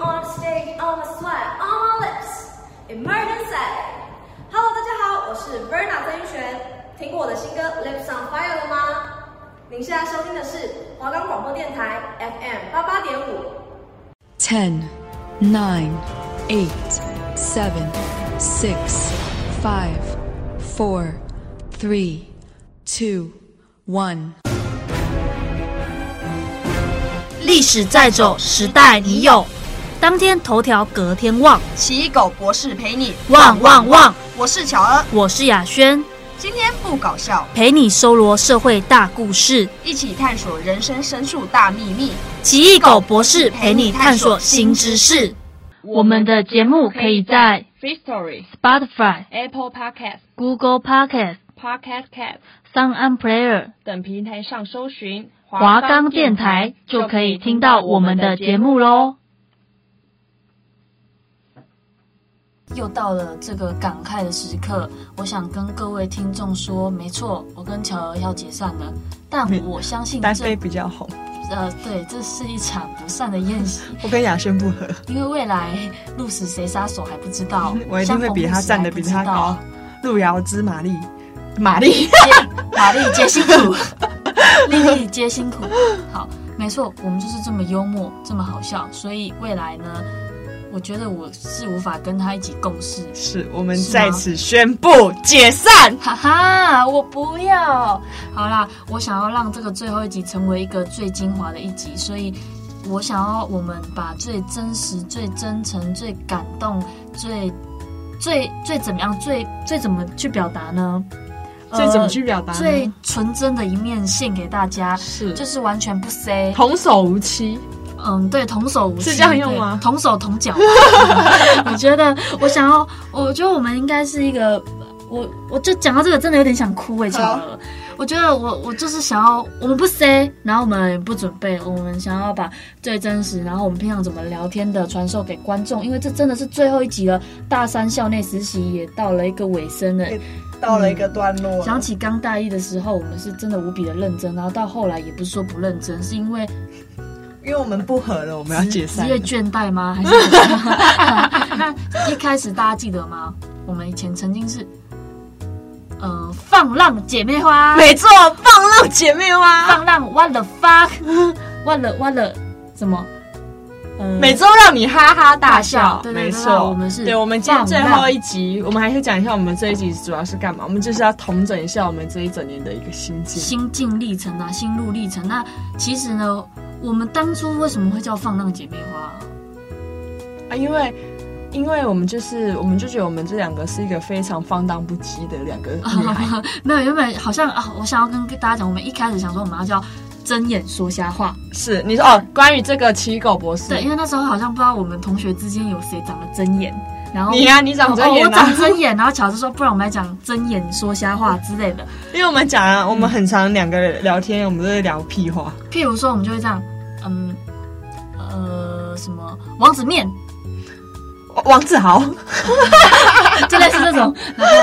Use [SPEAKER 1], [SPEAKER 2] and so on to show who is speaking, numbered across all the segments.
[SPEAKER 1] On stage, on my smile, on my lips, emergency. Hello，大家好，我是 Verna 曾玉璇。听过我的新歌《Lips on Fire》了吗？您现在收听的是华冈广播电台 FM 八八点五。
[SPEAKER 2] 10, 9, 8, 7, 6, 5, 4, 3, 2, 1.
[SPEAKER 3] 历史在走，时代你有。当天头条，隔天望。
[SPEAKER 4] 奇异狗博士陪你
[SPEAKER 3] 旺旺旺！
[SPEAKER 4] 我是巧儿，
[SPEAKER 3] 我是雅轩，
[SPEAKER 4] 今天不搞笑，
[SPEAKER 3] 陪你搜罗社会大故事。
[SPEAKER 4] 一起探索人生深处大秘密。
[SPEAKER 3] 奇异狗博士陪你探索新知识。我们的节目可以在
[SPEAKER 4] Free Story、
[SPEAKER 3] Spotify、
[SPEAKER 4] Apple Podcast、
[SPEAKER 3] Google Podcast、
[SPEAKER 4] Podcast Cat
[SPEAKER 3] Sound On Player、
[SPEAKER 4] 等平台上搜寻
[SPEAKER 3] 华冈电台，就可以听到我们的节目喽。
[SPEAKER 5] 又到了这个感慨的时刻，我想跟各位听众说，没错，我跟乔儿要解散了，但
[SPEAKER 6] 没
[SPEAKER 5] 我相信
[SPEAKER 6] 单飞
[SPEAKER 5] 这
[SPEAKER 6] 比较红，
[SPEAKER 5] 呃，对，这是一场不散的宴席，
[SPEAKER 6] 我跟雅轩不合，
[SPEAKER 5] 因为未来鹿死谁杀手还不知道
[SPEAKER 6] ，我一定会比他站得比他高。路遥知马力，马力
[SPEAKER 5] 相逢不识还不知道，接玛丽皆辛苦，丽丽皆辛苦。好，没错，我们就是这么幽默，这么好笑，所以未来呢，我觉得我是无法跟他一起共事，
[SPEAKER 6] 是我们
[SPEAKER 5] 是吗
[SPEAKER 6] 在此宣布解散。
[SPEAKER 5] 哈哈，我不要。好啦，我想要让这个最后一集成为一个最精华的一集，所以我想要我们把最真实、最真诚、最感动、最最最怎么样、最最怎么去表达呢？
[SPEAKER 6] 这怎么去表达
[SPEAKER 5] 呃、
[SPEAKER 6] 呢？
[SPEAKER 5] 最纯真的一面献给大家，
[SPEAKER 6] 是
[SPEAKER 5] 就是完全不 say。
[SPEAKER 6] 童叟无欺，
[SPEAKER 5] 嗯，对，童叟无欺
[SPEAKER 6] 是这样用吗
[SPEAKER 5] 对同手同脚。 我觉得，我想要，我觉得我们应该是一个，我我就讲到这个，真的有点想哭哎，巧儿。我觉得我我就是想要，我们不 say，然后我们不准备，我们想要把最真实，然后我们平常怎么聊天的传授给观众，因为这真的是最后一集了，大三校内实习也到了一个尾声了。
[SPEAKER 6] 到了一个段落
[SPEAKER 5] 想起刚大一的时候，我们是真的无比的认真，然后到后来也不是说不认真，是因为
[SPEAKER 6] 因为我们不合了，我们要解
[SPEAKER 5] 职
[SPEAKER 6] 散
[SPEAKER 5] 业
[SPEAKER 6] 了。
[SPEAKER 5] 倦怠吗？还是 怎么样那一开始大家记得吗？我们以前曾经是，呃，放浪姐妹花，
[SPEAKER 6] 没错，放浪姐妹花，
[SPEAKER 5] 放浪 what the fuck，what the what the 什么？嗯
[SPEAKER 6] 每周让你哈哈大
[SPEAKER 5] 大笑
[SPEAKER 6] 笑。
[SPEAKER 5] 对对
[SPEAKER 6] 没
[SPEAKER 5] 对
[SPEAKER 6] 错，
[SPEAKER 5] 我们是
[SPEAKER 6] 对，我们今天
[SPEAKER 5] 放
[SPEAKER 6] 最
[SPEAKER 5] 浪
[SPEAKER 6] 后一集，我们还是讲一下我们这一集主要是干嘛。我们就是要统整一下我们这一整年的一个心境。
[SPEAKER 5] 心境历程啊，心路历程。那其实呢，我们当初为什么会叫放浪姐妹花？
[SPEAKER 6] 啊，因为因为我们就是我们就觉得我们这两个是一个非常放荡不羁的两个女 孩，
[SPEAKER 5] 没有，原本好像啊，我想要跟大家讲，我们一开始想说我们要叫睁眼说瞎话，
[SPEAKER 6] 是你说哦，关于这个奇异狗博士，
[SPEAKER 5] 对，因为那时候好像不知道我们同学之间有谁长了真眼，然后
[SPEAKER 6] 你啊，你长
[SPEAKER 5] 哦
[SPEAKER 6] 真眼
[SPEAKER 5] 我
[SPEAKER 6] 啊，
[SPEAKER 5] 长真眼，然后乔治说，不然我们来讲真眼说瞎话之类的。
[SPEAKER 6] 因为我们讲啊，我
[SPEAKER 5] 嗯
[SPEAKER 6] 们很常两个人聊天，我们都在聊屁话，
[SPEAKER 5] 譬如说，我们就会这样，嗯，呃，什么王子 面，
[SPEAKER 6] 王王志豪，
[SPEAKER 5] 就类似这种，然后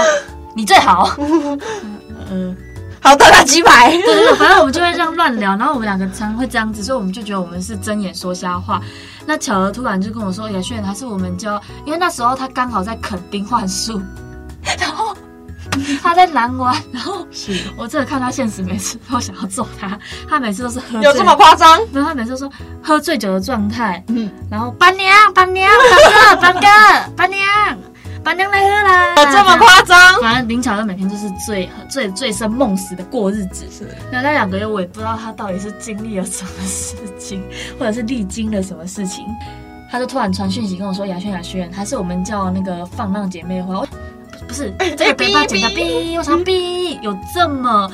[SPEAKER 5] 你最好， 嗯、
[SPEAKER 6] 好大大鸡排，
[SPEAKER 5] 对对对，反正我们就会这样乱聊，然后我们两个常会这样子，所以我们就觉得我们是睁眼说瞎话。那巧儿突然就跟我说，雅炫还是我们教，因为那时候他刚好在垦丁换宿，然后他在南湾，然后
[SPEAKER 6] 是
[SPEAKER 5] 我真的看他现实，每次都想要揍他，他每次都是喝醉
[SPEAKER 6] 有这么夸张？
[SPEAKER 5] 然后他每次都说喝醉酒的状态，
[SPEAKER 6] 嗯
[SPEAKER 5] 然后板娘板娘板 哥板哥板娘板娘来喝啦，
[SPEAKER 6] 有哦这么夸张？
[SPEAKER 5] 反正林巧儿每天就是醉醉醉生梦死的过日子。
[SPEAKER 6] 是
[SPEAKER 5] 那那两个月，我也不知道他到底是经历了什么事情，或者是历经了什么事情，他就突然传讯息跟我说：“雅轩，雅轩，还是我们叫那个放浪姐妹花。我”不是，
[SPEAKER 6] 哎
[SPEAKER 5] 哎这个北巴剪掉，哔，我想哔，有这么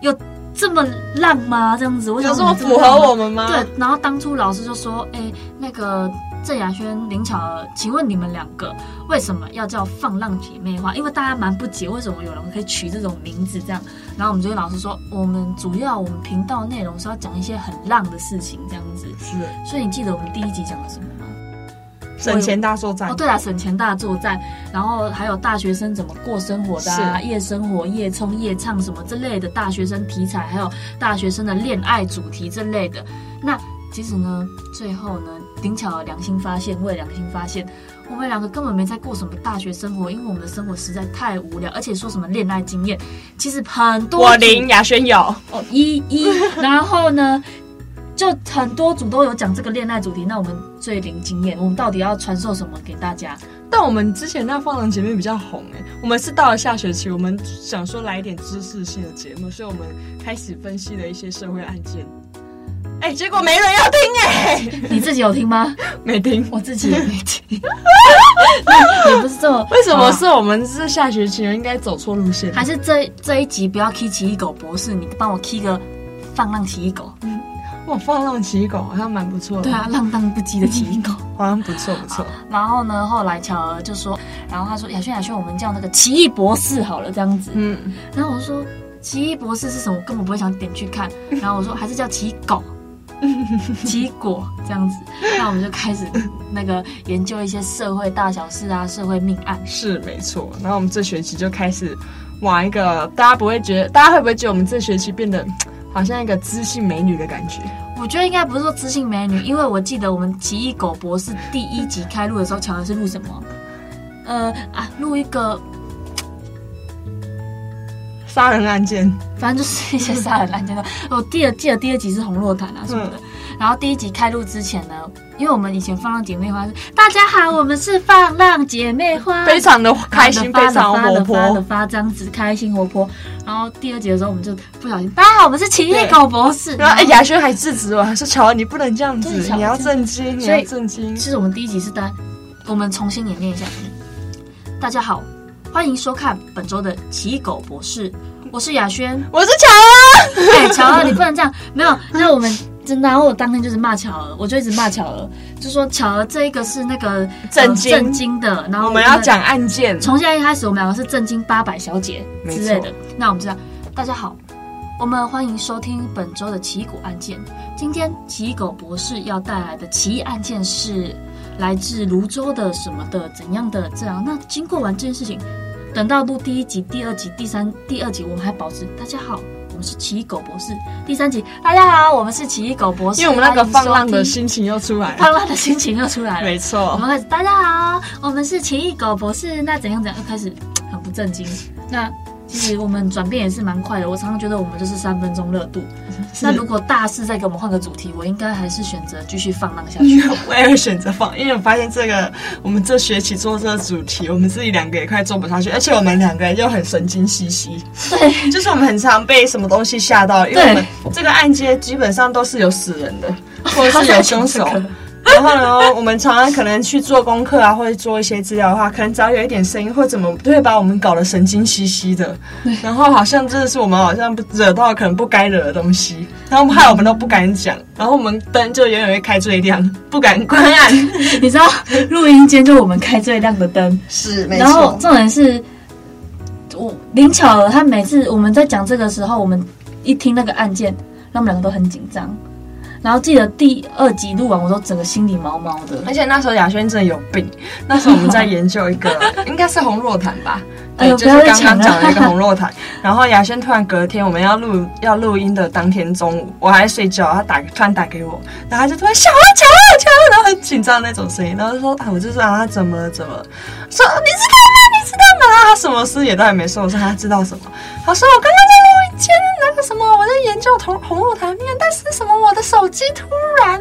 [SPEAKER 5] 有这么浪吗？这样子，我想
[SPEAKER 6] 有这
[SPEAKER 5] 说
[SPEAKER 6] 么符合我们吗？
[SPEAKER 5] 对，，然后当初老师就说：“哎、那个郑雅轩、林巧儿，请问你们两个为什么要叫放浪姐妹花？因为大家蛮不解，为什么有人可以取这种名字这样。”然后我们就跟老师说：“我们主要我们频道内容是要讲一些很浪的事情，这样子。
[SPEAKER 6] 是
[SPEAKER 5] 所以你记得我们第一集讲了什么吗？
[SPEAKER 6] 省钱大作战
[SPEAKER 5] 哦，，对了，省钱大作战，然后还有大学生怎么过生活的、啊，
[SPEAKER 6] 是
[SPEAKER 5] 夜生活、夜冲、夜唱什么这类的大学生题材，还有大学生的恋爱主题这类的。那其实呢，最后呢，灵巧的良心发现，为了良心发现，我们两个根本没在过什么大学生活，因为我们的生活实在太无聊，而且说什么恋爱经验，其实很多
[SPEAKER 6] 我
[SPEAKER 5] 组
[SPEAKER 6] 零，雅轩有，
[SPEAKER 5] 哦一一，然后呢，就很多组都有讲这个恋爱主题，那我们最零经验，我们到底要传授什么给大家？
[SPEAKER 6] 但我们之前那放浪姐妹比较红哎、我们是到了下学期，我们想说来一点知识性的节目，所以我们开始分析了一些社会案件。哎、结果没人要听哎、
[SPEAKER 5] 你自己有听吗？
[SPEAKER 6] 没听。
[SPEAKER 5] 我自 己也没听，也不是这么
[SPEAKER 6] 为什
[SPEAKER 5] 好
[SPEAKER 6] 么
[SPEAKER 5] 啦
[SPEAKER 6] 是我们这下学期应该走错路线？
[SPEAKER 5] 还是这这一集不要 key 奇异狗博士，你帮我 key 个放浪奇异狗。
[SPEAKER 6] 哇，放浪奇狗好像蛮不错的，
[SPEAKER 5] 对啊，，浪荡不羁的奇异狗。
[SPEAKER 6] 好像不错不错。
[SPEAKER 5] 然后呢，后来巧儿就说，然后他说雅哎轩雅轩，我们叫那个奇异博士好了，这样子。
[SPEAKER 6] 嗯，
[SPEAKER 5] 然后我就说奇异博士是什么？我根本不会想点去 看。然后我说还是叫奇异 狗。奇异果这样子，那我们就开始那个研究一些社会大小事啊，社会命案。
[SPEAKER 6] 是没错。然后我们这学期就开始往一个大家不会觉得，大家会不会觉得我们这学期变得好像一个知性美女的感觉？
[SPEAKER 5] 我觉得应该不是说知性美女，因为我记得我们奇异狗博士第一集开录的时候，巧儿是录什么？呃啊，录一个，
[SPEAKER 6] 杀人案件，
[SPEAKER 5] 反正就是一些杀人案件 的。我记得记得第二集是红洛坦啊什么
[SPEAKER 6] 嗯
[SPEAKER 5] 的。然后第一集开录之前呢，因为我们以前放浪姐妹花是大家好，我们是放浪姐妹花，
[SPEAKER 6] 非常的开心，
[SPEAKER 5] 发
[SPEAKER 6] 非
[SPEAKER 5] 的发
[SPEAKER 6] 常
[SPEAKER 5] 的
[SPEAKER 6] 活
[SPEAKER 5] 发的
[SPEAKER 6] 泼。
[SPEAKER 5] 发这样子开心活泼。然后第二集的时候，我们就不小心，大家好，我们是奇异狗博士。
[SPEAKER 6] 然后哎，雅轩还制止我，他说：“乔，你不能这样子
[SPEAKER 5] 对，乔
[SPEAKER 6] 你要震惊，你
[SPEAKER 5] 所以
[SPEAKER 6] 要震惊。
[SPEAKER 5] 其实我们第一集是单，我们重新演练一下。大家好，欢迎收看本周的《奇异狗博士》，我是雅 轩”。
[SPEAKER 6] 我是乔啊
[SPEAKER 5] 哎、乔儿，你不能这样，没有，那我们真的，然后我当天就是骂乔儿，我就一直骂乔儿，就说乔儿这一个是那个呃
[SPEAKER 6] 震惊
[SPEAKER 5] 震惊的，然
[SPEAKER 6] 啊，
[SPEAKER 5] 后
[SPEAKER 6] 我们要讲案件，
[SPEAKER 5] 从现在一开始，我们两个是震惊八百小姐
[SPEAKER 6] 没
[SPEAKER 5] 之类
[SPEAKER 6] 错
[SPEAKER 5] 的。那我们知道，大家好，我们欢迎收听本周的奇异狗案件。今天奇异狗博士要带来的奇异案件是来自泸州的什么的怎样的这样。那经过完这件事情，等到录第一集、第二集、第三、第二集，我们还保持大家好。我们是奇异狗博士，第三集，大家好，我们是奇异狗博士，
[SPEAKER 6] 因为我们那个放浪的
[SPEAKER 5] 欢迎收听
[SPEAKER 6] 心情又出来
[SPEAKER 5] 放
[SPEAKER 6] 了。
[SPEAKER 5] 浪的心情又出来了，
[SPEAKER 6] 没
[SPEAKER 5] 我
[SPEAKER 6] 错，
[SPEAKER 5] 们开始，大家好，我们是奇异狗博士。那怎样怎样，又开始很不正经。那其实我们转变也是蛮快的。我常常觉得我们就是三分钟 热度。那如果大四再给我们换个主题，我应该还是选择继续放浪下 去。
[SPEAKER 6] 我也会选择放，因为我发现这个我们这学期做这个主题，我们自己两个也快做不下去，而且我们两个人又很神经兮兮，对，就是我们很常被什么东西吓到，因为我们这个案件基本上都是有死人的，或者哦是有凶手。然后呢，我们常常可能去做功课啊，或者做一些资料的话，可能只要有一点声音或怎么，都会把我们搞得神经兮兮的。然后好像真的是我们好像不惹到可能不该惹的东西，然后害我们都不敢讲，然后我们灯就永远会开最亮，不敢关暗。
[SPEAKER 5] 你知道，录音间就我们开最亮的灯，
[SPEAKER 6] 是，没
[SPEAKER 5] 然后。重点是，我林巧儿她每次我们在讲这个时候，我们一听那个案件，那我们两个都很紧张。然后记得第二集录完，我都整个心里毛毛的。
[SPEAKER 6] 而且那时候雅轩真的有病，那时候我们在研究一个， 应该是红若毯吧，
[SPEAKER 5] 哎
[SPEAKER 6] 对，
[SPEAKER 5] 呦
[SPEAKER 6] 就
[SPEAKER 5] 不
[SPEAKER 6] 是
[SPEAKER 5] 要再抢
[SPEAKER 6] 刚刚
[SPEAKER 5] 了
[SPEAKER 6] 讲的一个红若毯。然后雅轩突然隔天我们要录要录音的当天中午，我还在睡觉，他打突然打给我，然后他就突然小啊小啊小啊，然后很紧张的那种声音，然后就说啊，我就说啊他怎么了怎么了，说你知道吗？你知道吗？然后他什么事也都还没说，我说他知道什么？他说我刚刚在录音间那个什么，我在研究红红若毯面，但是什么我的手机突然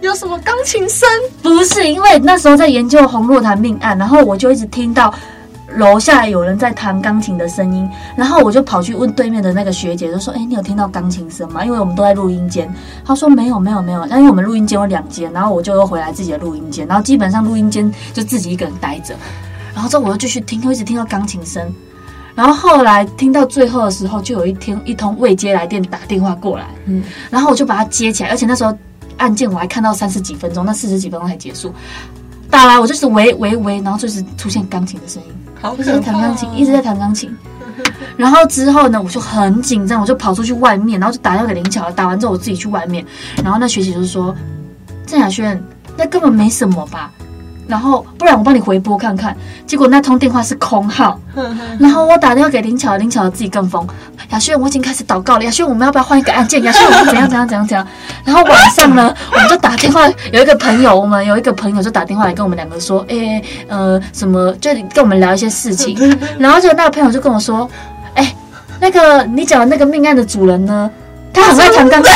[SPEAKER 6] 有什么钢琴声。
[SPEAKER 5] 不是因为那时候在研究红若潭命案，然后我就一直听到楼下有人在弹钢琴的声音，然后我就跑去问对面的那个学姐，就说：“哎、你有听到钢琴声吗？”因为我们都在录音间。她说：“没有，没有，没有。”那因为我们录音间有两间，然后我就又回来自己的录音间，然后基本上录音间就自己一个人待着。然后之后我又继续听，又一直听到钢琴声。然后后来听到最后的时候，就有一天一通未接来电打电话过来，嗯，然后我就把它接起来，而且那时候案件我还看到三十几分钟，那四十几分钟才结束。打来我就是喂喂喂，然后就是出现钢琴的声音，
[SPEAKER 6] 好
[SPEAKER 5] 一直在弹钢琴，
[SPEAKER 6] 啊
[SPEAKER 5] 一直在弹钢琴。然后之后呢，我就很紧张，我就跑出去外面，然后就打电话给林巧儿。打完之后，我自己去外面，然后那学姐就说：“郑雅轩，那根本没什么吧？然后不然我帮你回拨看看。结果那通电话是空号，
[SPEAKER 6] 哼哼
[SPEAKER 5] 然后我打电话给林巧，林巧自己更疯。雅轩，我已经开始祷告了。雅轩，我们要不要换一个案件？雅轩，我们怎样怎样怎样怎样？然后晚上呢， 我们就打电话，有一个朋友，我们有一个朋友就打电话来跟我们两个说，诶、呃，什么，就跟我们聊一些事情。然后就那个朋友就跟我说，哎、那个你讲的那个命案的主人呢，他很会弹钢琴。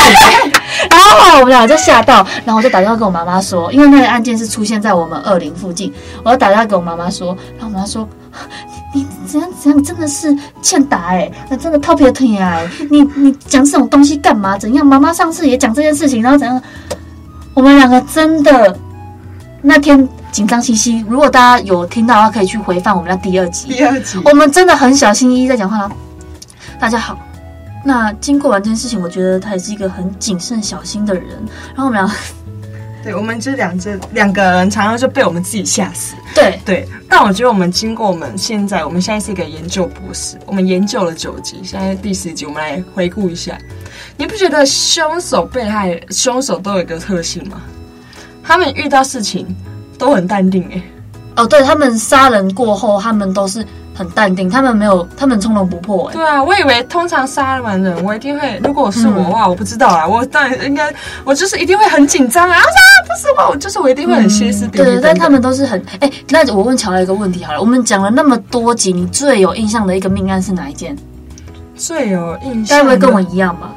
[SPEAKER 5] 然后后来我们俩就吓到，然后我就打电话给我妈妈说，因为那个案件是出现在我们二林附近，我就打电话给我妈妈说，然后我妈说。你怎样怎样，你真的是欠打哎、那真的特别疼哎！你你讲这种东西干嘛？怎样？妈妈上次也讲这件事情，然后怎样？我们两个真的那天紧张兮兮。如果大家有听到的话，可以去回放我们的第二集。
[SPEAKER 6] 第二集
[SPEAKER 5] 我们真的很小心翼翼在讲话啦。大家好，那经过完这件事情，我觉得他也是一个很谨慎小心的人。然后我们俩
[SPEAKER 6] 对，我们就两只两个人常常就被我们自己吓死。
[SPEAKER 5] 对
[SPEAKER 6] 对，但我觉得我们经过我们现在，我们现在是一个研究博士，我们研究了九集，现在第十集，我们来回顾一下。你不觉得凶手、被害凶手都有一个特性吗？他们遇到事情都很淡定、欸，
[SPEAKER 5] 哦，对他们杀人过后，他们都是很淡定，他们没有，他们从容不迫、哎。
[SPEAKER 6] 对啊，我以为通常杀完人，我一定会，如果是
[SPEAKER 5] 嗯
[SPEAKER 6] 我的话，我不知道啊，我当然应该，我就是一定会很紧张啊，啊不是我，我就是我一定会很歇斯底
[SPEAKER 5] 嗯
[SPEAKER 6] 里
[SPEAKER 5] 对
[SPEAKER 6] 等等、，
[SPEAKER 5] 但他们都是很哎、那我问乔莱一个问题好了，我们讲了那么多集，你最有印象的一个命案是哪一件？
[SPEAKER 6] 最有印
[SPEAKER 5] 该
[SPEAKER 6] 象的，
[SPEAKER 5] 不会跟我一样吧？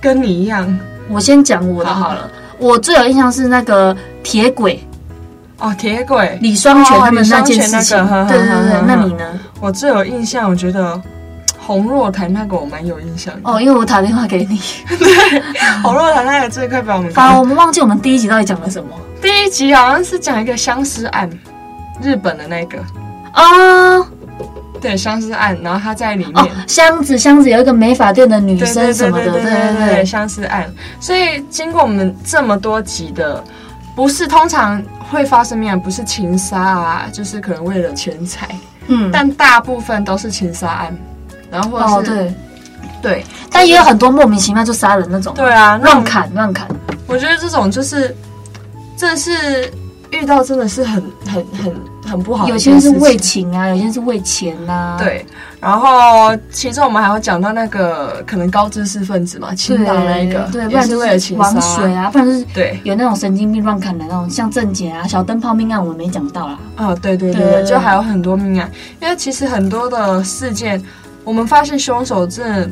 [SPEAKER 6] 跟你一样
[SPEAKER 5] 我先讲我的好了。我最有印象是那个铁轨
[SPEAKER 6] 哦，铁轨。
[SPEAKER 5] 李双全
[SPEAKER 6] 哦
[SPEAKER 5] 他们那件事
[SPEAKER 6] 李
[SPEAKER 5] 情，
[SPEAKER 6] 双全那个呵呵
[SPEAKER 5] 对对对对
[SPEAKER 6] 呵呵
[SPEAKER 5] 那你呢？
[SPEAKER 6] 我最有印象，我觉得洪若潭那个我蛮有印象的。
[SPEAKER 5] 哦，因为我打电话给 你，
[SPEAKER 6] 洪若潭那个最快把我们
[SPEAKER 5] 反而我们忘记我们第一集到底讲了什么
[SPEAKER 6] 第一集好像是讲一个相思案，日本的那个，嗯
[SPEAKER 5] 啊？
[SPEAKER 6] 对相思案，然后他在里面。
[SPEAKER 5] 哦，箱子箱子有一个美发店的女
[SPEAKER 6] 对
[SPEAKER 5] 生
[SPEAKER 6] 对
[SPEAKER 5] 什
[SPEAKER 6] 对
[SPEAKER 5] 么
[SPEAKER 6] 对
[SPEAKER 5] 的，
[SPEAKER 6] 对
[SPEAKER 5] 对
[SPEAKER 6] 对
[SPEAKER 5] 对
[SPEAKER 6] 对，相思案。所以经过我们这么多集的，不是通常会发生命案，不是情杀啊，就是可能为了钱财，
[SPEAKER 5] 嗯，
[SPEAKER 6] 但大部分都是情杀案，然后
[SPEAKER 5] 哦
[SPEAKER 6] 或者是、
[SPEAKER 5] 对，
[SPEAKER 6] 对
[SPEAKER 5] 但也有很多莫名其妙就杀人那种，
[SPEAKER 6] 对啊，那
[SPEAKER 5] 乱
[SPEAKER 6] 种
[SPEAKER 5] 砍乱砍，
[SPEAKER 6] 我觉得这种就是，这是遇到真的是很很很很不好的
[SPEAKER 5] 有
[SPEAKER 6] 一
[SPEAKER 5] 些
[SPEAKER 6] 件
[SPEAKER 5] 是
[SPEAKER 6] 事情，
[SPEAKER 5] 为情啊，有些是为钱呐、啊，
[SPEAKER 6] 对。然后其中我们还有讲到那个可能高知识分子嘛，青岛那一个，
[SPEAKER 5] 对，不
[SPEAKER 6] 也
[SPEAKER 5] 然
[SPEAKER 6] 是
[SPEAKER 5] 就
[SPEAKER 6] 为了情
[SPEAKER 5] 玩
[SPEAKER 6] 杀
[SPEAKER 5] 水，啊，不然就是
[SPEAKER 6] 对，
[SPEAKER 5] 有那种神经病乱砍的那种，像郑姐啊、小灯泡命案，我们没讲到啦。
[SPEAKER 6] 啊，对对
[SPEAKER 5] 对
[SPEAKER 6] 对
[SPEAKER 5] 对
[SPEAKER 6] 对，就还有很多命案，因为其实很多的事件，我们发现凶手真的，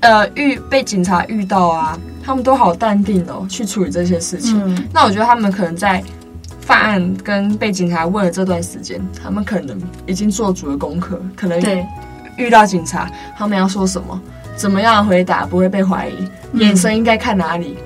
[SPEAKER 6] 呃，遇被警察遇到啊，他们都好淡定哦，去处理这些事情。
[SPEAKER 5] 嗯，
[SPEAKER 6] 那我觉得他们可能在犯案跟被警察问的这段时间，他们可能已经做足了功课，可能
[SPEAKER 5] 对，
[SPEAKER 6] 遇到警察，他们要说什么，怎么样回答不会被怀疑，
[SPEAKER 5] 嗯
[SPEAKER 6] 眼神应该看哪里。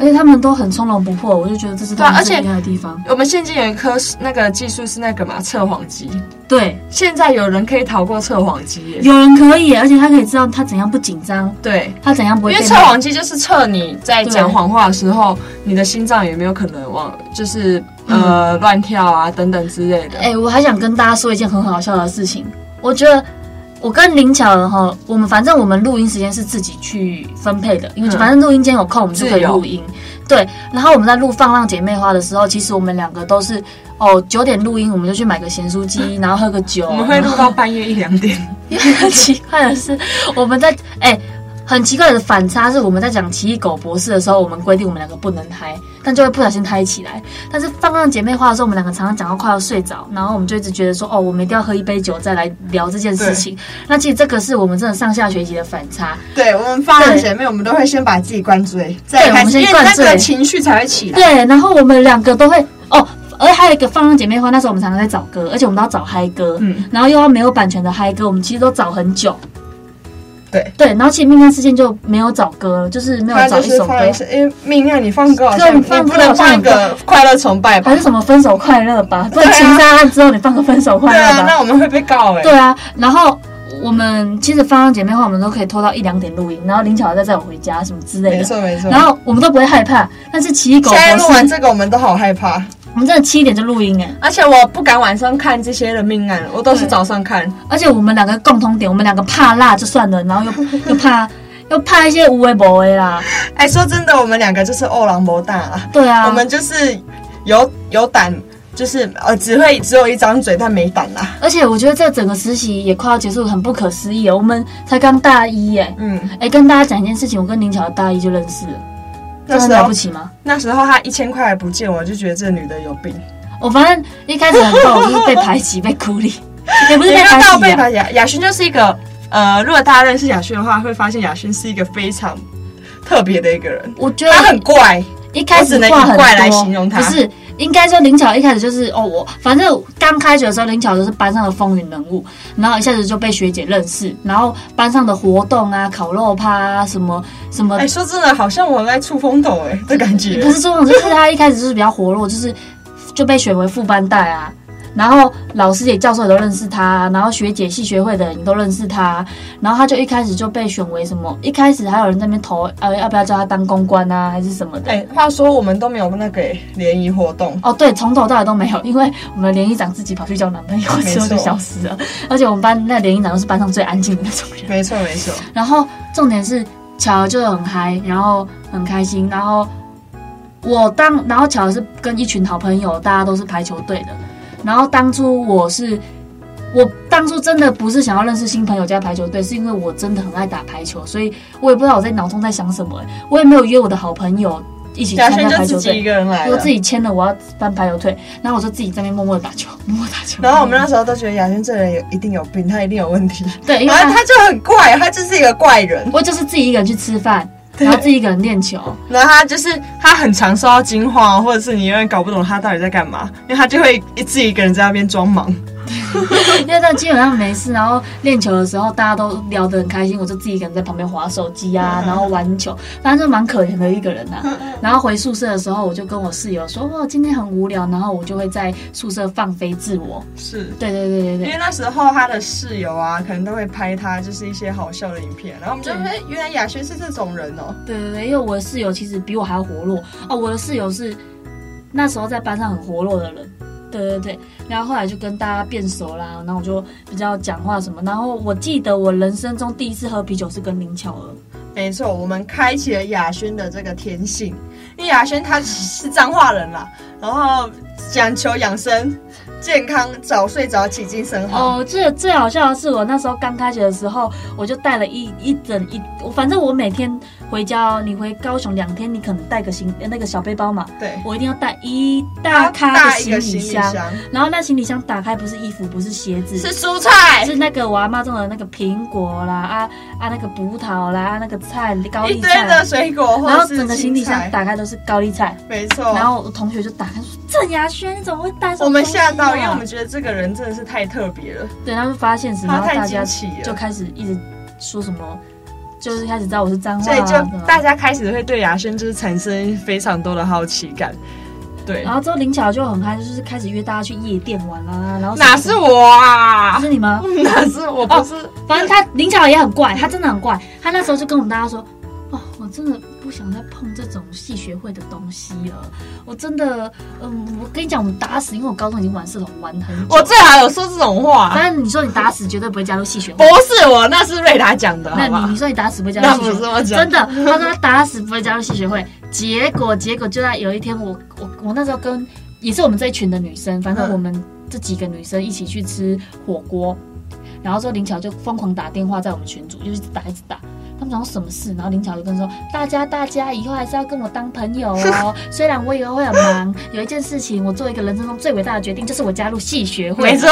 [SPEAKER 5] 而且他们都很从容不迫，我就觉得这是
[SPEAKER 6] 对啊
[SPEAKER 5] 他们最
[SPEAKER 6] 而且
[SPEAKER 5] 厉害的地方。
[SPEAKER 6] 我们现今有一科那个技术是那个嘛测谎机，
[SPEAKER 5] 对，
[SPEAKER 6] 现在有人可以逃过测谎机耶。
[SPEAKER 5] 有人可以，而且他可以知道他怎样不紧张，
[SPEAKER 6] 对，
[SPEAKER 5] 他怎样不会
[SPEAKER 6] 因为
[SPEAKER 5] 被
[SPEAKER 6] 测
[SPEAKER 5] 骂。
[SPEAKER 6] 谎机就是测你在讲谎话的时候，你的心脏有没有可能往就是呃乱跳啊等等之类的。
[SPEAKER 5] 嗯哎、我还想跟大家说一件很好笑的事情，我觉得。我跟林巧儿哈，我们反正我们录音时间是自己去分配的，因为
[SPEAKER 6] 嗯
[SPEAKER 5] 反正录音间有空，我们就可以
[SPEAKER 6] 自由
[SPEAKER 5] 录音。对，然后我们在录《放浪姐妹花》的时候，其实我们两个都是哦九点录音，我们就去买个咸酥 鸡，然后喝个酒。
[SPEAKER 6] 我们会录到半夜一两点。
[SPEAKER 5] 因 为很奇怪的是，我们在哎、很奇怪的反差是我们在讲《奇异狗博士》的时候，我们规定我们两个不能嗨，但就会不小心嗨起来。但是放浪姐妹花的时候，我们两个常常讲到快要睡着，然后我们就一直觉得说，哦，我们一定要喝一杯酒再来聊这件事情。那其实这个是我们真的上下学期的反差，
[SPEAKER 6] 对我们放
[SPEAKER 5] 浪
[SPEAKER 6] 姐妹，我们都会先把自己灌醉，
[SPEAKER 5] 再开始因为那个
[SPEAKER 6] 情绪才会起。
[SPEAKER 5] 对，然后我们两个都会哦，而还有一个放浪姐妹花，那时候我们常常在找歌，而且我们都要找嗨歌，
[SPEAKER 6] 嗯
[SPEAKER 5] 然后又要没有版权的嗨歌，我们其实都找很久。
[SPEAKER 6] 对
[SPEAKER 5] 对，然后其实命案事件就没有找歌，就是没有
[SPEAKER 6] 他
[SPEAKER 5] 找
[SPEAKER 6] 就
[SPEAKER 5] 一
[SPEAKER 6] 是
[SPEAKER 5] 首歌
[SPEAKER 6] 放，一首，哎，命案你放歌好
[SPEAKER 5] 对
[SPEAKER 6] 像，你
[SPEAKER 5] 你放歌
[SPEAKER 6] 不能放一
[SPEAKER 5] 好像
[SPEAKER 6] 个快乐崇拜吧
[SPEAKER 5] 还？是什么分手快乐吧？不然
[SPEAKER 6] 对啊
[SPEAKER 5] 情杀案之后你放个分手
[SPEAKER 6] 对
[SPEAKER 5] 快
[SPEAKER 6] 啊，
[SPEAKER 5] 乐吧？
[SPEAKER 6] 那我们会被告哎。
[SPEAKER 5] 对啊，然后我们其实放浪姐妹花，我们都可以拖到一两点录音，然后林巧儿再载我回家什么之类
[SPEAKER 6] 没
[SPEAKER 5] 的。
[SPEAKER 6] 错没错。
[SPEAKER 5] 然后我们都不会害怕，但是奇异狗
[SPEAKER 6] 现在录
[SPEAKER 5] 博
[SPEAKER 6] 完
[SPEAKER 5] 士，
[SPEAKER 6] 这个，我们都好害怕，
[SPEAKER 5] 我们真的七点就录音哎、
[SPEAKER 6] 而且我不敢晚上看这些的命案，我都是
[SPEAKER 5] 对
[SPEAKER 6] 早上看。
[SPEAKER 5] 而且我们两个共同点，我们两个怕辣就算了，然后又 又怕又怕一些无为不为啦，
[SPEAKER 6] 哎，说真的，我们两个就是欧狼博大啊，
[SPEAKER 5] 对啊，
[SPEAKER 6] 我们就是有有胆就是呃，只会只有一张嘴，但没胆啦。
[SPEAKER 5] 而且我觉得这整个实习也快要结束，很不可思议哦。我们才刚大一耶，
[SPEAKER 6] 嗯，
[SPEAKER 5] 哎、跟大家讲一件事情，我跟林巧大一就认识了，
[SPEAKER 6] 那
[SPEAKER 5] 这
[SPEAKER 6] 啊
[SPEAKER 5] 很
[SPEAKER 6] 时
[SPEAKER 5] 了
[SPEAKER 6] 候
[SPEAKER 5] 不起吗？
[SPEAKER 6] 那时候他一千块还不见，我就觉得这女的有病。
[SPEAKER 5] 我哦反正一开始很痛，就是被排挤、被孤 立，也不是
[SPEAKER 6] 没
[SPEAKER 5] 被
[SPEAKER 6] 有
[SPEAKER 5] 排
[SPEAKER 6] 到
[SPEAKER 5] 挤、
[SPEAKER 6] 被
[SPEAKER 5] 啊，
[SPEAKER 6] 排亚亚轩就是一个呃，如果大家认识亚轩的话，会发现亚轩是一个非常特别的一个人，
[SPEAKER 5] 我觉
[SPEAKER 6] 他很
[SPEAKER 5] 得
[SPEAKER 6] 怪，
[SPEAKER 5] 一开
[SPEAKER 6] 我只
[SPEAKER 5] 始
[SPEAKER 6] 能以
[SPEAKER 5] 话很多，
[SPEAKER 6] 怪来形容他
[SPEAKER 5] 不是。应该说林巧一开始就是哦，我反正刚开学的时候，林巧就是班上的风云人物，然后一下子就被学姐认识，然后班上的活动啊、烤肉趴啊、什么什么
[SPEAKER 6] 哎、说真的，好像我在出风头哎、的感觉
[SPEAKER 5] 可。是这种就是他一开始就是比较活络，就是就被选为副班带啊。然后老师也教授也都认识他，然后学姐系学会的人都认识他，然后他就一开始就被选为什么？一开始还有人在那边投，呃，要不要叫他当公关啊，还是什么的？
[SPEAKER 6] 哎、话说我们都没有那个哎联谊活动，
[SPEAKER 5] 哦，对，从头到尾都没有，因为我们连衣长自己跑去交男朋友之后
[SPEAKER 6] 没错
[SPEAKER 5] 就消失了，而且我们班那连衣长都是班上最安静的那种人。
[SPEAKER 6] 没错没错，
[SPEAKER 5] 然后重点是巧儿就很嗨，然后很开心，然后我当然后巧儿是跟一群好朋友，大家都是排球队的，然后当初我是。我当初真的不是想要认识新朋友加排球队，是因为我真的很爱打排球，所以我也不知道我在脑中在想什么、欸我也没有约我的好朋友一起
[SPEAKER 6] 亚
[SPEAKER 5] 参
[SPEAKER 6] 轩
[SPEAKER 5] 加
[SPEAKER 6] 就
[SPEAKER 5] 排
[SPEAKER 6] 自
[SPEAKER 5] 球
[SPEAKER 6] 己一
[SPEAKER 5] 队，
[SPEAKER 6] 个人来
[SPEAKER 5] 我
[SPEAKER 6] 了
[SPEAKER 5] 自。己签了我要办排球队，然后我就自己在那边默默的打球， 默默地打球。
[SPEAKER 6] 然后我们那时候都觉得亚轩这人有一定有病，他一定有问题。
[SPEAKER 5] 对，因为
[SPEAKER 6] 然后
[SPEAKER 5] 他
[SPEAKER 6] 他就很怪，他就是一个怪人。
[SPEAKER 5] 我就是自己一个人去吃饭，然后自己一个人练球，
[SPEAKER 6] 然后他就是他很常受到惊慌，或者是你永远搞不懂他到底在干嘛，因为他就会一自己一个人在那边装忙。
[SPEAKER 5] 因为他基本上没事，然后练球的时候大家都聊得很开心，我就自己一个人在旁边划手机
[SPEAKER 6] 嗯
[SPEAKER 5] 啊，然后玩球，反正就蛮可怜的一个人啊。然后回宿舍的时候，我就跟我室友说，哦，今天很无聊，然后我就会在宿舍放飞自我。
[SPEAKER 6] 是。
[SPEAKER 5] 对对对对
[SPEAKER 6] 因为
[SPEAKER 5] 对，
[SPEAKER 6] 那时候他的室友啊，可能都会拍他就是一些好笑的影片，然后我们就说，
[SPEAKER 5] 对
[SPEAKER 6] 哎原来亚轩是这种人哦、
[SPEAKER 5] 对对对，因为我的室友其实比我还要活络哦，我的室友是那时候在班上很活络的人。对对对，然后后来就跟大家变熟啦，然后我就比较讲话什么，然后我记得我人生中第一次喝啤酒是跟林巧儿，
[SPEAKER 6] 没错，我们开启了亚轩的这个天性，因为亚轩他是彰化人啦，然后讲求养生、健康、早睡早起、精神好。
[SPEAKER 5] 哦，这最好笑的是，我那时候刚开学的时候，我就带了一一整一，我反正我每天回家哦，你回高雄两天，你可能带个行呃那个小背包 嘛，
[SPEAKER 6] 对，
[SPEAKER 5] 我一定要带一大
[SPEAKER 6] 他
[SPEAKER 5] 咖的
[SPEAKER 6] 大一
[SPEAKER 5] 行
[SPEAKER 6] 个
[SPEAKER 5] 李
[SPEAKER 6] 行李
[SPEAKER 5] 箱，
[SPEAKER 6] 箱
[SPEAKER 5] 然后那行李箱打开不是衣服，不是鞋子，
[SPEAKER 6] 是蔬菜，
[SPEAKER 5] 是那个我阿妈种的那个苹果啦，啊啊那个葡萄啦，啊那个菜高
[SPEAKER 6] 一
[SPEAKER 5] 丽
[SPEAKER 6] 堆
[SPEAKER 5] 菜。
[SPEAKER 6] 的水果，
[SPEAKER 5] 然
[SPEAKER 6] 或
[SPEAKER 5] 后
[SPEAKER 6] 者
[SPEAKER 5] 整
[SPEAKER 6] 是
[SPEAKER 5] 个行
[SPEAKER 6] 青
[SPEAKER 5] 李箱
[SPEAKER 6] 菜，
[SPEAKER 5] 打开都是高丽菜，
[SPEAKER 6] 没错。
[SPEAKER 5] 然后我同学就打开说：“郑雅轩，你怎么会带这种
[SPEAKER 6] 我们吓
[SPEAKER 5] 东西啊
[SPEAKER 6] 到，因为我们觉得这个人真的是太特别了，
[SPEAKER 5] 对，然后就发现什么，
[SPEAKER 6] 他
[SPEAKER 5] 然后
[SPEAKER 6] 太
[SPEAKER 5] 大
[SPEAKER 6] 惊
[SPEAKER 5] 家
[SPEAKER 6] 奇
[SPEAKER 5] 就
[SPEAKER 6] 了。
[SPEAKER 5] 开始一直说什么，就是开始知道我是脏话
[SPEAKER 6] 所
[SPEAKER 5] 啊
[SPEAKER 6] 以
[SPEAKER 5] 什
[SPEAKER 6] 就
[SPEAKER 5] 么。
[SPEAKER 6] 大家开始会对牙轩就是产生非常多的好奇感，对
[SPEAKER 5] 然，后之后林巧就很嗨，就是开始约大家去夜店玩啊，然后什么
[SPEAKER 6] 哪是我 啊？哦
[SPEAKER 5] 是你吗？
[SPEAKER 6] 哪是我不是？
[SPEAKER 5] 反正他林巧也很怪，他真的很怪。他那时候就跟我们大家说：“哦，我真的不想再碰这种系学会的东西了。我真的，嗯，我跟你讲，我们打死，因为我高中已经玩社团玩很久。
[SPEAKER 6] 我最好有说这种话，
[SPEAKER 5] 反正你说你打死绝对不会加入系学
[SPEAKER 6] 不
[SPEAKER 5] 会，
[SPEAKER 6] 是我，那是瑞达讲的，
[SPEAKER 5] 那
[SPEAKER 6] 好
[SPEAKER 5] 你
[SPEAKER 6] 吗
[SPEAKER 5] 你？说你打死不会加
[SPEAKER 6] 那
[SPEAKER 5] 入系
[SPEAKER 6] 不
[SPEAKER 5] 学会
[SPEAKER 6] 是，我讲
[SPEAKER 5] 真的，他说他打死不会加入戏学会。结果，结果就在有一天我，我我那时候跟也是我们这一群的女生，反正
[SPEAKER 6] 嗯
[SPEAKER 5] 我们这几个女生一起去吃火锅，然后之后林巧就疯狂打电话在我们群组，就一直打一直打。他们讲什么事，然后林巧就跟说：“大家，大家以后还是要跟我当朋友 哦。虽然我以后会很忙，有一件事情，我做一个人生中最伟大的决定，就是我加入戏学会。
[SPEAKER 6] 没错，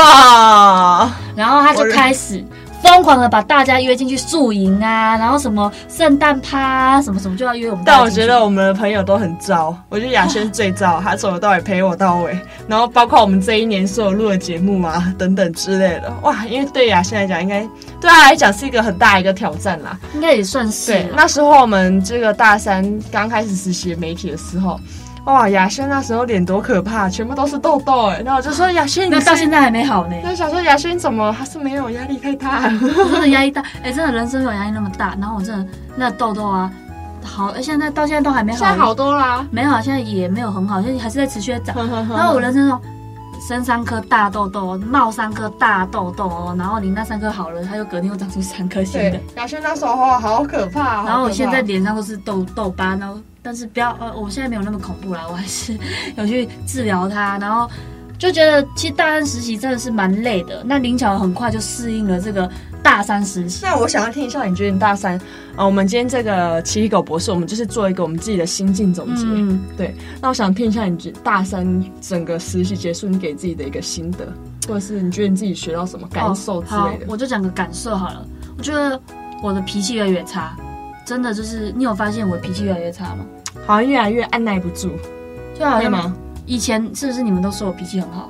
[SPEAKER 5] 然后他就
[SPEAKER 6] 我
[SPEAKER 5] 开始疯狂的把大家约进去宿营啊，然后什么圣诞趴、啊、什么什么就要约我们大
[SPEAKER 6] 但
[SPEAKER 5] 家
[SPEAKER 6] 我
[SPEAKER 5] 进去。
[SPEAKER 6] 觉得我们的朋友都很糟，我觉得雅轩最糟，他从头到尾陪我到尾，然后包括我们这一年所有录的节目啊等等之类的，哇，因为对雅轩来讲，应该对他来讲是一个很大一个挑战啦。
[SPEAKER 5] 应该也算是啊
[SPEAKER 6] 对，
[SPEAKER 5] 了。
[SPEAKER 6] 那时候我们这个大三刚开始实习媒体的时候，哇，雅轩那时候脸多可怕，全部都是痘痘哎。然后我就说雅轩，
[SPEAKER 5] 那
[SPEAKER 6] 你
[SPEAKER 5] 到现
[SPEAKER 6] 在，
[SPEAKER 5] 在还没好呢，
[SPEAKER 6] 那想说雅轩怎么还是没有压力太大？
[SPEAKER 5] 我真的压力大，哎、真的人生没有压力那么大。然后我真的那痘痘啊，好，现在到现在都还没好，
[SPEAKER 6] 现在好多啦。
[SPEAKER 5] 没好，现在也没有很好，现在还是在持续的长。 然
[SPEAKER 6] 然
[SPEAKER 5] 后我人生中生三颗大痘痘，冒三颗大痘痘哦，然后你那三颗好了，它又隔天又长出三颗新的
[SPEAKER 6] 对。，雅轩那时候好可怕。
[SPEAKER 5] 然后我现在
[SPEAKER 6] 哦好可
[SPEAKER 5] 脸上都是痘痘疤， 然后但是不要呃，我现在没有那么恐怖啦，我还是有去治疗它，然后就觉得其实大三实习真的是蛮累的。那林巧很快就适应了这个大三实习。
[SPEAKER 6] 那我想要听一下，你觉得你大三，啊，我们今天这个奇异狗博士，我们就是做一个我们自己的心境总结。
[SPEAKER 5] 嗯，
[SPEAKER 6] 对，那我想听一下，你觉得大三整个实习结束，你给自己的一个心得，或者是你觉得你自己学到什么感受之
[SPEAKER 5] 哦好
[SPEAKER 6] 类的。
[SPEAKER 5] 我就讲个感受好了。我觉得我的脾气越来越差，真的就是你有发现我的脾气越来越差吗？
[SPEAKER 6] 好像越来越按耐不住，
[SPEAKER 5] 就好
[SPEAKER 6] 会
[SPEAKER 5] 像
[SPEAKER 6] 吗？
[SPEAKER 5] 以前是不是你们都说我脾气很好？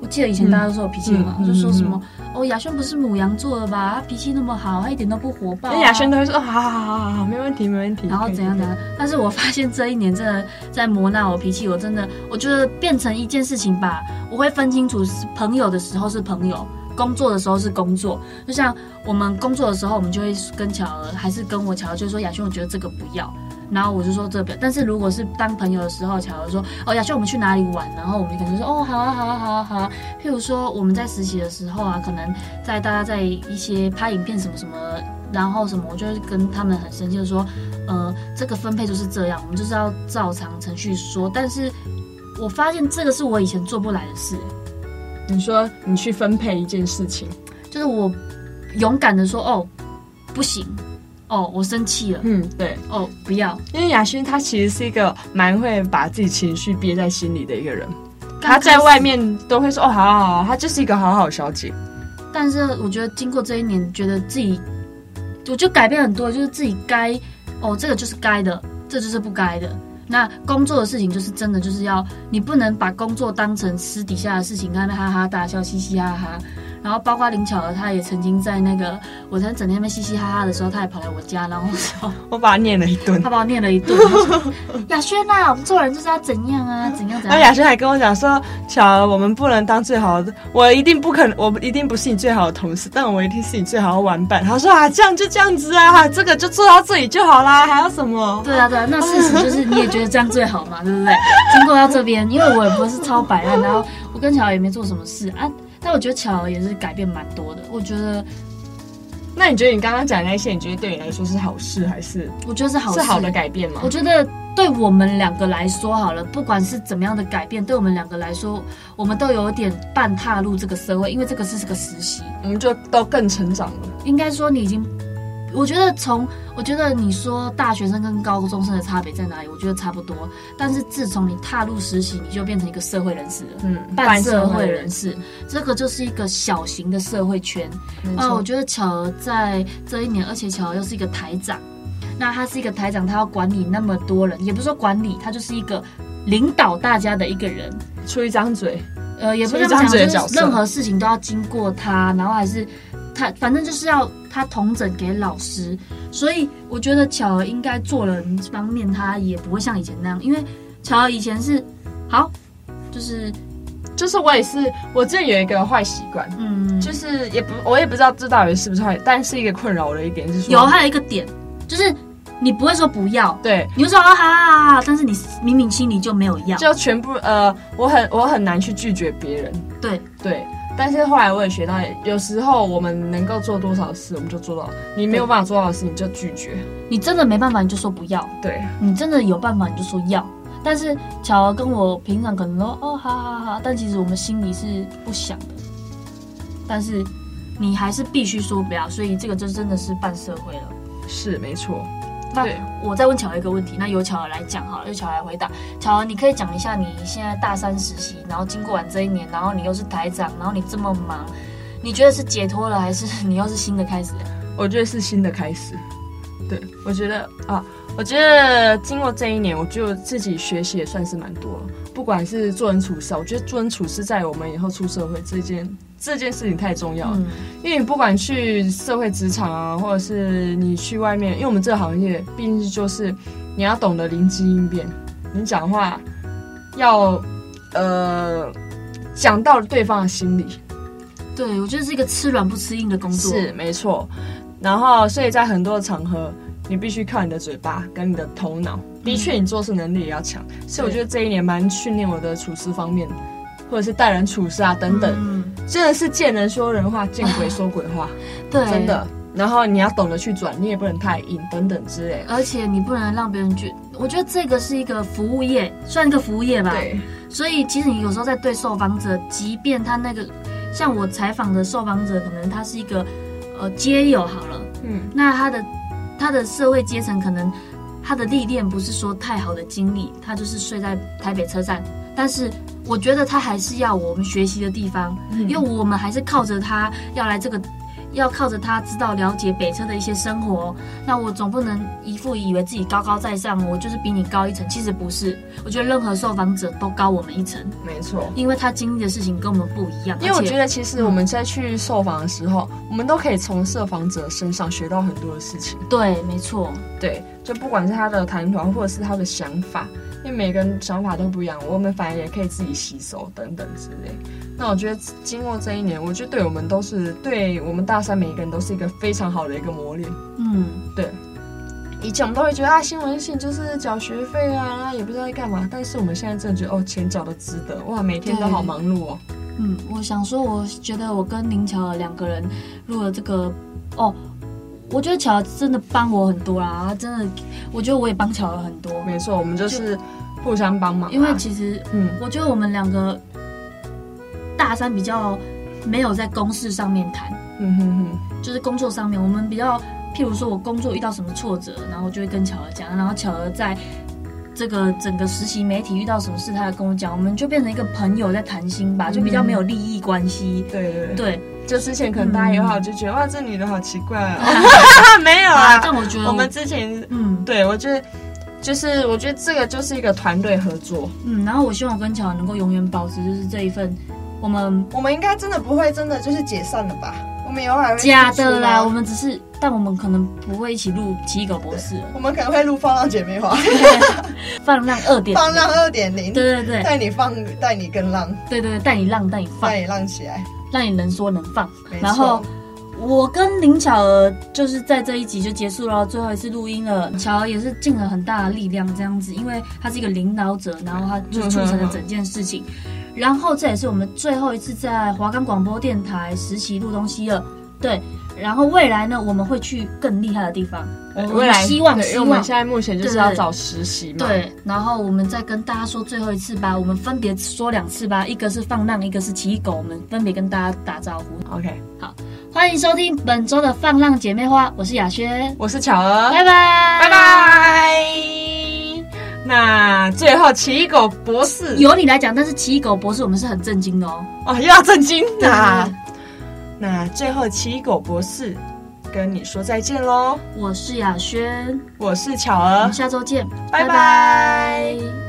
[SPEAKER 5] 我记得以前大家都说我脾气很好，
[SPEAKER 6] 嗯嗯
[SPEAKER 5] 就说什么、哦，雅轩不是母羊座的吧？他脾气那么好，他一点都不火爆、啊。
[SPEAKER 6] 那雅轩都会说，哦好好好好好，没问题没问题。
[SPEAKER 5] 然后
[SPEAKER 6] 可以
[SPEAKER 5] 怎样？怎
[SPEAKER 6] 可以
[SPEAKER 5] 样？但是我发现这一年真的在磨难我脾气，我真的我觉得变成一件事情吧，我会分清楚是朋友的时候是朋友，工作的时候是工作。就像我们工作的时候，我们就会跟巧儿，还是跟我巧儿，就说雅轩，我觉得这个不要。然后我就说这个不要，但是如果是当朋友的时候，巧儿说哦雅轩，我们去哪里玩？然后我们就可能就说哦好啊好啊好啊好啊。譬如说我们在实习的时候啊，可能在大家在一些拍影片什么什么，然后什么，我就会跟他们很生气的说，呃，这个分配就是这样，我们就是要照常程序说。但是我发现这个是我以前做不来的事，欸
[SPEAKER 6] 你说你去分配一件事情，
[SPEAKER 5] 就是我勇敢的说，哦，不行，哦，我生气了，
[SPEAKER 6] 嗯，对，
[SPEAKER 5] 哦，不要。
[SPEAKER 6] 因为雅轩他其实是一个蛮会把自己情绪憋在心里的一个人，
[SPEAKER 5] 刚
[SPEAKER 6] 他
[SPEAKER 5] 开始
[SPEAKER 6] 在外，面都会说哦，好好好，她就是一个好好小姐。
[SPEAKER 5] 但是我觉得经过这一年，觉得自己我就改变很多，就是自己该，哦，这个就是该的，这就是不该的。那工作的事情就是真的就是要，你不能把工作当成私底下的事情，在那边哈哈大笑、嘻嘻哈哈。然后包括林巧儿，她也曾经在那个我在整天在那边嘻嘻哈哈的时候，她也跑来我家，然后说
[SPEAKER 6] 我把他念了一顿
[SPEAKER 5] 她，把我念了一顿，她说雅轩呐、我们做人就是要啊怎样啊，怎样怎
[SPEAKER 6] 然
[SPEAKER 5] 样。
[SPEAKER 6] 后雅轩还跟我讲说，巧儿，我们不能当最好的，我一定不可能，我一定不是你最好的同事，但我一定是你最好的玩伴。他说啊，这样就这样子啊，这个就做到这里就好啦，还要什么？
[SPEAKER 5] 对啊，对啊，那事实就是你也觉得这样最好嘛， 对不对？经过到这边，因为我也不是超摆烂，然后我跟巧儿也没做什么事啊，但我觉得巧儿也是改变蛮多的。我觉得，
[SPEAKER 6] 那你觉得你刚刚讲的那些，你觉得对你来说是好事还是
[SPEAKER 5] 我觉得是好事
[SPEAKER 6] 是好的改变吗
[SPEAKER 5] 我？觉得对我们两个来说好了，不管是怎么样的改变，对我们两个来说，我们都有点半踏入这个社会，因为这个是个实习，
[SPEAKER 6] 我们就都更成长了。
[SPEAKER 5] 应该说你已经。我觉得从，我觉得你说大学生跟高中生的差别在哪里？我觉得差不多，但是自从你踏入实习，你就变成一个社会人士了。
[SPEAKER 6] 嗯，
[SPEAKER 5] 半社会人，士，这个就是一个小型的社会圈。
[SPEAKER 6] 没
[SPEAKER 5] 啊，
[SPEAKER 6] 错
[SPEAKER 5] 我觉得巧儿在这一年，而且巧儿又是一个台长，那他是一个台长，他要管理那么多人，也不是说管理，他就是一个领导大家的一个人。
[SPEAKER 6] 出一张嘴，
[SPEAKER 5] 呃，也不
[SPEAKER 6] 所以
[SPEAKER 5] 是这么
[SPEAKER 6] 这样子的
[SPEAKER 5] 讲，就
[SPEAKER 6] 角
[SPEAKER 5] 是
[SPEAKER 6] 色
[SPEAKER 5] 任何事情都要经过他，然后还是他，反正就是要他统整给老师。所以我觉得巧儿应该做人方面，他也不会像以前那样，因为巧儿以前是好，就是
[SPEAKER 6] 就是我也是，我之前有一个坏习惯，
[SPEAKER 5] 嗯，
[SPEAKER 6] 就是也不我也不知道这到底是不是坏，但是一个困扰我的一点是说，
[SPEAKER 5] 有，还有一个点，就是你不会说不要，
[SPEAKER 6] 对，
[SPEAKER 5] 你就说啊哈、啊，但是你明明心里就没有要。
[SPEAKER 6] 就全部呃，我很我很难去拒绝别人，
[SPEAKER 5] 对
[SPEAKER 6] 对。但是后来我也学到，有时候我们能够做多少事，我们就做到；你没有办法做到的事，你就拒绝。
[SPEAKER 5] 你真的没办法，你就说不要；
[SPEAKER 6] 对，
[SPEAKER 5] 你真的有办法，你就说要。但是巧儿跟我平常可能都哦，好好好，但其实我们心里是不想的。但是你还是必须说不要，所以这个就真的是半社会了。
[SPEAKER 6] 是没错。
[SPEAKER 5] 那
[SPEAKER 6] 对
[SPEAKER 5] 我再问巧儿一个问题，那由巧儿来讲好了，由巧儿来回答。巧儿，你可以讲一下你现在大三实习，然后经过完这一年，然后你又是台长，然后你这么忙，你觉得是解脱了，还是你又是新的开始？
[SPEAKER 6] 我觉得是新的开始。对，我觉得啊，我觉得经过这一年，我觉得自己学习也算是蛮多了。不管是做人处事啊，我觉得做人处事在我们以后出社会这件这件事情太重要了。
[SPEAKER 5] 嗯，
[SPEAKER 6] 因为你不管去社会职场啊，或者是你去外面，因为我们这个行业毕竟就是你要懂得灵机应变，你讲话要呃讲到对方的心里，
[SPEAKER 5] 对，我觉得是一个吃软不吃硬的工作。
[SPEAKER 6] 是，没错。然后，所以在很多场合，你必须靠你的嘴巴跟你的头脑。
[SPEAKER 5] 嗯
[SPEAKER 6] 的确，你做事能力也要强。所以我觉得这一年蛮训练我的处事方面，或者是待人处事啊等等，
[SPEAKER 5] 嗯，
[SPEAKER 6] 真的是见人说人话，见鬼说鬼话，
[SPEAKER 5] 对，
[SPEAKER 6] 真的。然后你要懂得去转，你也不能太硬等等之类的。
[SPEAKER 5] 而且你不能让别人觉，我觉得这个是一个服务业，算一个服务业吧。
[SPEAKER 6] 对，
[SPEAKER 5] 所以其实你有时候在对受访者，即便他那个，像我采访的受访者，可能他是一个呃街友好了，
[SPEAKER 6] 嗯，
[SPEAKER 5] 那他的他的社会阶层可能他的历练不是说太好的经历，他就是睡在台北车站，但是我觉得他还是要我们学习的地方，因为我们还是靠着他要来这个。要靠着他知道了解北车的一些生活，那我总不能一副以为自己高高在上，我就是比你高一层，其实不是。我觉得任何受访者都高我们一层，
[SPEAKER 6] 没错。
[SPEAKER 5] 因为他经历的事情跟我们不一样。
[SPEAKER 6] 因为我
[SPEAKER 5] 而且嗯
[SPEAKER 6] 觉得，其实我们在去受访的时候，我们都可以从受访者身上学到很多的事情。
[SPEAKER 5] 对，没错，
[SPEAKER 6] 对，就不管是他的谈团，或者是他的想法，因为每个人想法都不一样，我们反而也可以自己吸收等等之类。那我觉得经过这一年，我觉得对我们都是，对我们大三每一个人都是一个非常好的一个磨练。
[SPEAKER 5] 嗯，
[SPEAKER 6] 对，以前我们都会觉得啊，新闻系就是缴学费啊，那也不知道在干嘛。但是我们现在真的觉得，哦，钱缴的值得，哇，每天都好忙碌哦。
[SPEAKER 5] 嗯，我想说，我觉得我跟林巧儿两个人录了这个，哦，我觉得巧儿真的帮我很多啦，她真的，我觉得我也帮巧儿很多，
[SPEAKER 6] 没错，我们就是互相帮忙啊、
[SPEAKER 5] 因为其实
[SPEAKER 6] 嗯，
[SPEAKER 5] 我觉得我们两个大三比较没有在公事上面谈，
[SPEAKER 6] 嗯哼哼，
[SPEAKER 5] 就是工作上面，我们比较，譬如说我工作遇到什么挫折，然后我就会跟巧儿讲，然后巧儿在这个整个实习媒体遇到什么事，她也跟我讲，我们就变成一个朋友在谈心吧，就比较没有利益关系。
[SPEAKER 6] 对对对，
[SPEAKER 5] 对
[SPEAKER 6] 就之前可能大家有好就觉得、哇，这女的好奇怪、哦，没有啊
[SPEAKER 5] 啊，，但我觉得
[SPEAKER 6] 我们之前，
[SPEAKER 5] 嗯
[SPEAKER 6] 对我觉得就是我觉得这个就是一个团队合作，
[SPEAKER 5] 嗯，然后我希望我跟巧儿能够永远保持就是这一份我们
[SPEAKER 6] 我们应该真的不会真的就是解散了吧？我们以后还会啊
[SPEAKER 5] 假
[SPEAKER 6] 接触
[SPEAKER 5] 的
[SPEAKER 6] 吗
[SPEAKER 5] 啦，我们只是，但我们可能不会一起录《奇异狗博士》了，
[SPEAKER 7] 我们可能会录放浪姐妹 花，
[SPEAKER 5] 放浪二点零，
[SPEAKER 7] 放浪二点零，
[SPEAKER 5] 对对对
[SPEAKER 7] 带你放，带你更浪，
[SPEAKER 5] 对对对，带你浪，带你放
[SPEAKER 7] 带，你浪起来。
[SPEAKER 5] 让你能说能放
[SPEAKER 7] 没。错
[SPEAKER 5] 然后我跟林巧儿就是在这一集就结束了，最后一次录音了。巧儿也是尽了很大的力量，这样子，因为她是一个领导者，然后她
[SPEAKER 6] 嗯
[SPEAKER 5] 就促成了整件事情。然后这也是我们最后一次在华冈广播电台实习录东西了，对。然后未来呢，我们会去更厉害的地方，我们
[SPEAKER 6] 呃未来
[SPEAKER 5] 希望
[SPEAKER 6] 对因
[SPEAKER 5] 希
[SPEAKER 6] 为我们
[SPEAKER 5] 望
[SPEAKER 6] 现在目前就是要找实习嘛，
[SPEAKER 5] 对。然后我们再跟大家说最后一次吧，我们分别说两次吧，一个是放浪，一个是奇异狗，我们分别跟大家打招呼。
[SPEAKER 6] ，OK，
[SPEAKER 5] 欢迎收听本周的放浪姐妹花，我是雅轩，
[SPEAKER 6] 我是巧儿，
[SPEAKER 5] 拜拜，拜
[SPEAKER 6] 拜。拜。那最后奇异狗博士
[SPEAKER 5] 由你来讲，但是奇异狗博士我们是很震惊的哦。
[SPEAKER 6] 哦，又要震惊啦！那最后奇异狗博士跟你说再见喽，
[SPEAKER 5] 我是雅轩，
[SPEAKER 6] 我是巧
[SPEAKER 5] 我
[SPEAKER 6] 儿
[SPEAKER 5] 们，下周见，
[SPEAKER 6] 拜拜
[SPEAKER 5] 拜